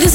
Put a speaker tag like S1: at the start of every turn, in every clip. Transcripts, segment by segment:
S1: This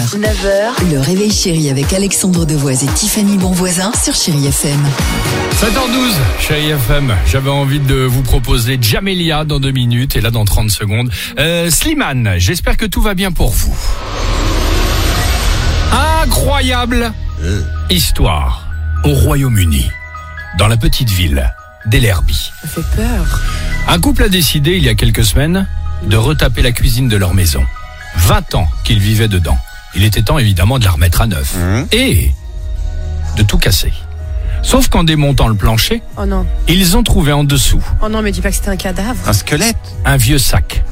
S2: 9h, le réveil chéri avec Alexandre Devoise et Tiffany Bonvoisin sur Chérie FM.
S3: 7h12, chérie FM, j'avais envie de vous proposer Jamelia dans deux minutes et là dans 30 secondes. Euh, Slimane, j'espère que tout va bien pour vous. Incroyable histoire au Royaume-Uni, dans la petite ville d'Ellerby.
S4: Ça fait peur.
S3: Un couple a décidé il y a quelques semaines de retaper la cuisine de leur maison. 20 ans qu'ils vivaient dedans. Il était temps évidemment de la remettre à neuf et de tout casser. Sauf qu'en démontant le plancher,
S4: Oh non,
S3: ils ont trouvé en dessous
S4: oh non, mais dis pas que c'était un cadavre.
S5: Un squelette
S3: un vieux sac.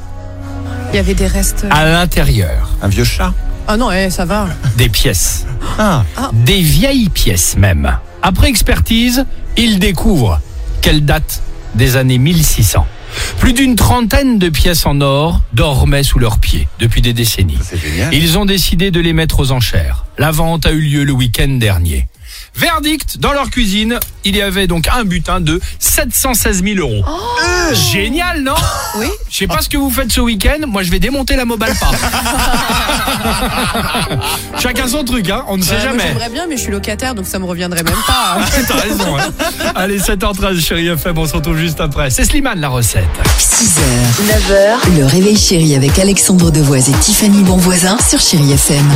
S4: Il y avait des restes.
S3: À l'intérieur,
S5: Un vieux chat
S4: Oh non, eh, ça va.
S3: des pièces.
S5: Ah,
S3: Des vieilles pièces même. Après expertise, ils découvrent qu'elles datent des années 1600. Plus d'une trentaine de pièces en or dormaient sous leurs pieds depuis des décennies.
S5: c'est génial.
S3: Ils ont décidé de les mettre aux enchères. La vente a eu lieu le week-end dernier. Verdict, dans leur cuisine, il y avait donc un butin de 716 000 euros.
S4: Oh
S3: Euh, Génial, non Oui. Je sais pas ce que vous faites ce week-end, moi je vais démonter la Mobalpa. Chacun son truc, hein, on ne sait
S4: Ouais, moi,
S3: jamais.
S4: J'aimerais bien, mais je suis locataire, donc ça me reviendrait même pas.
S3: T'as raison. hein. Allez, 7h13, chérie FM, on se retrouve juste après. C'est Slimane la recette.
S2: 6h, 9h, le réveil chéri avec Alexandre Devoise et Tiffany Bonvoisin sur Chérie FM.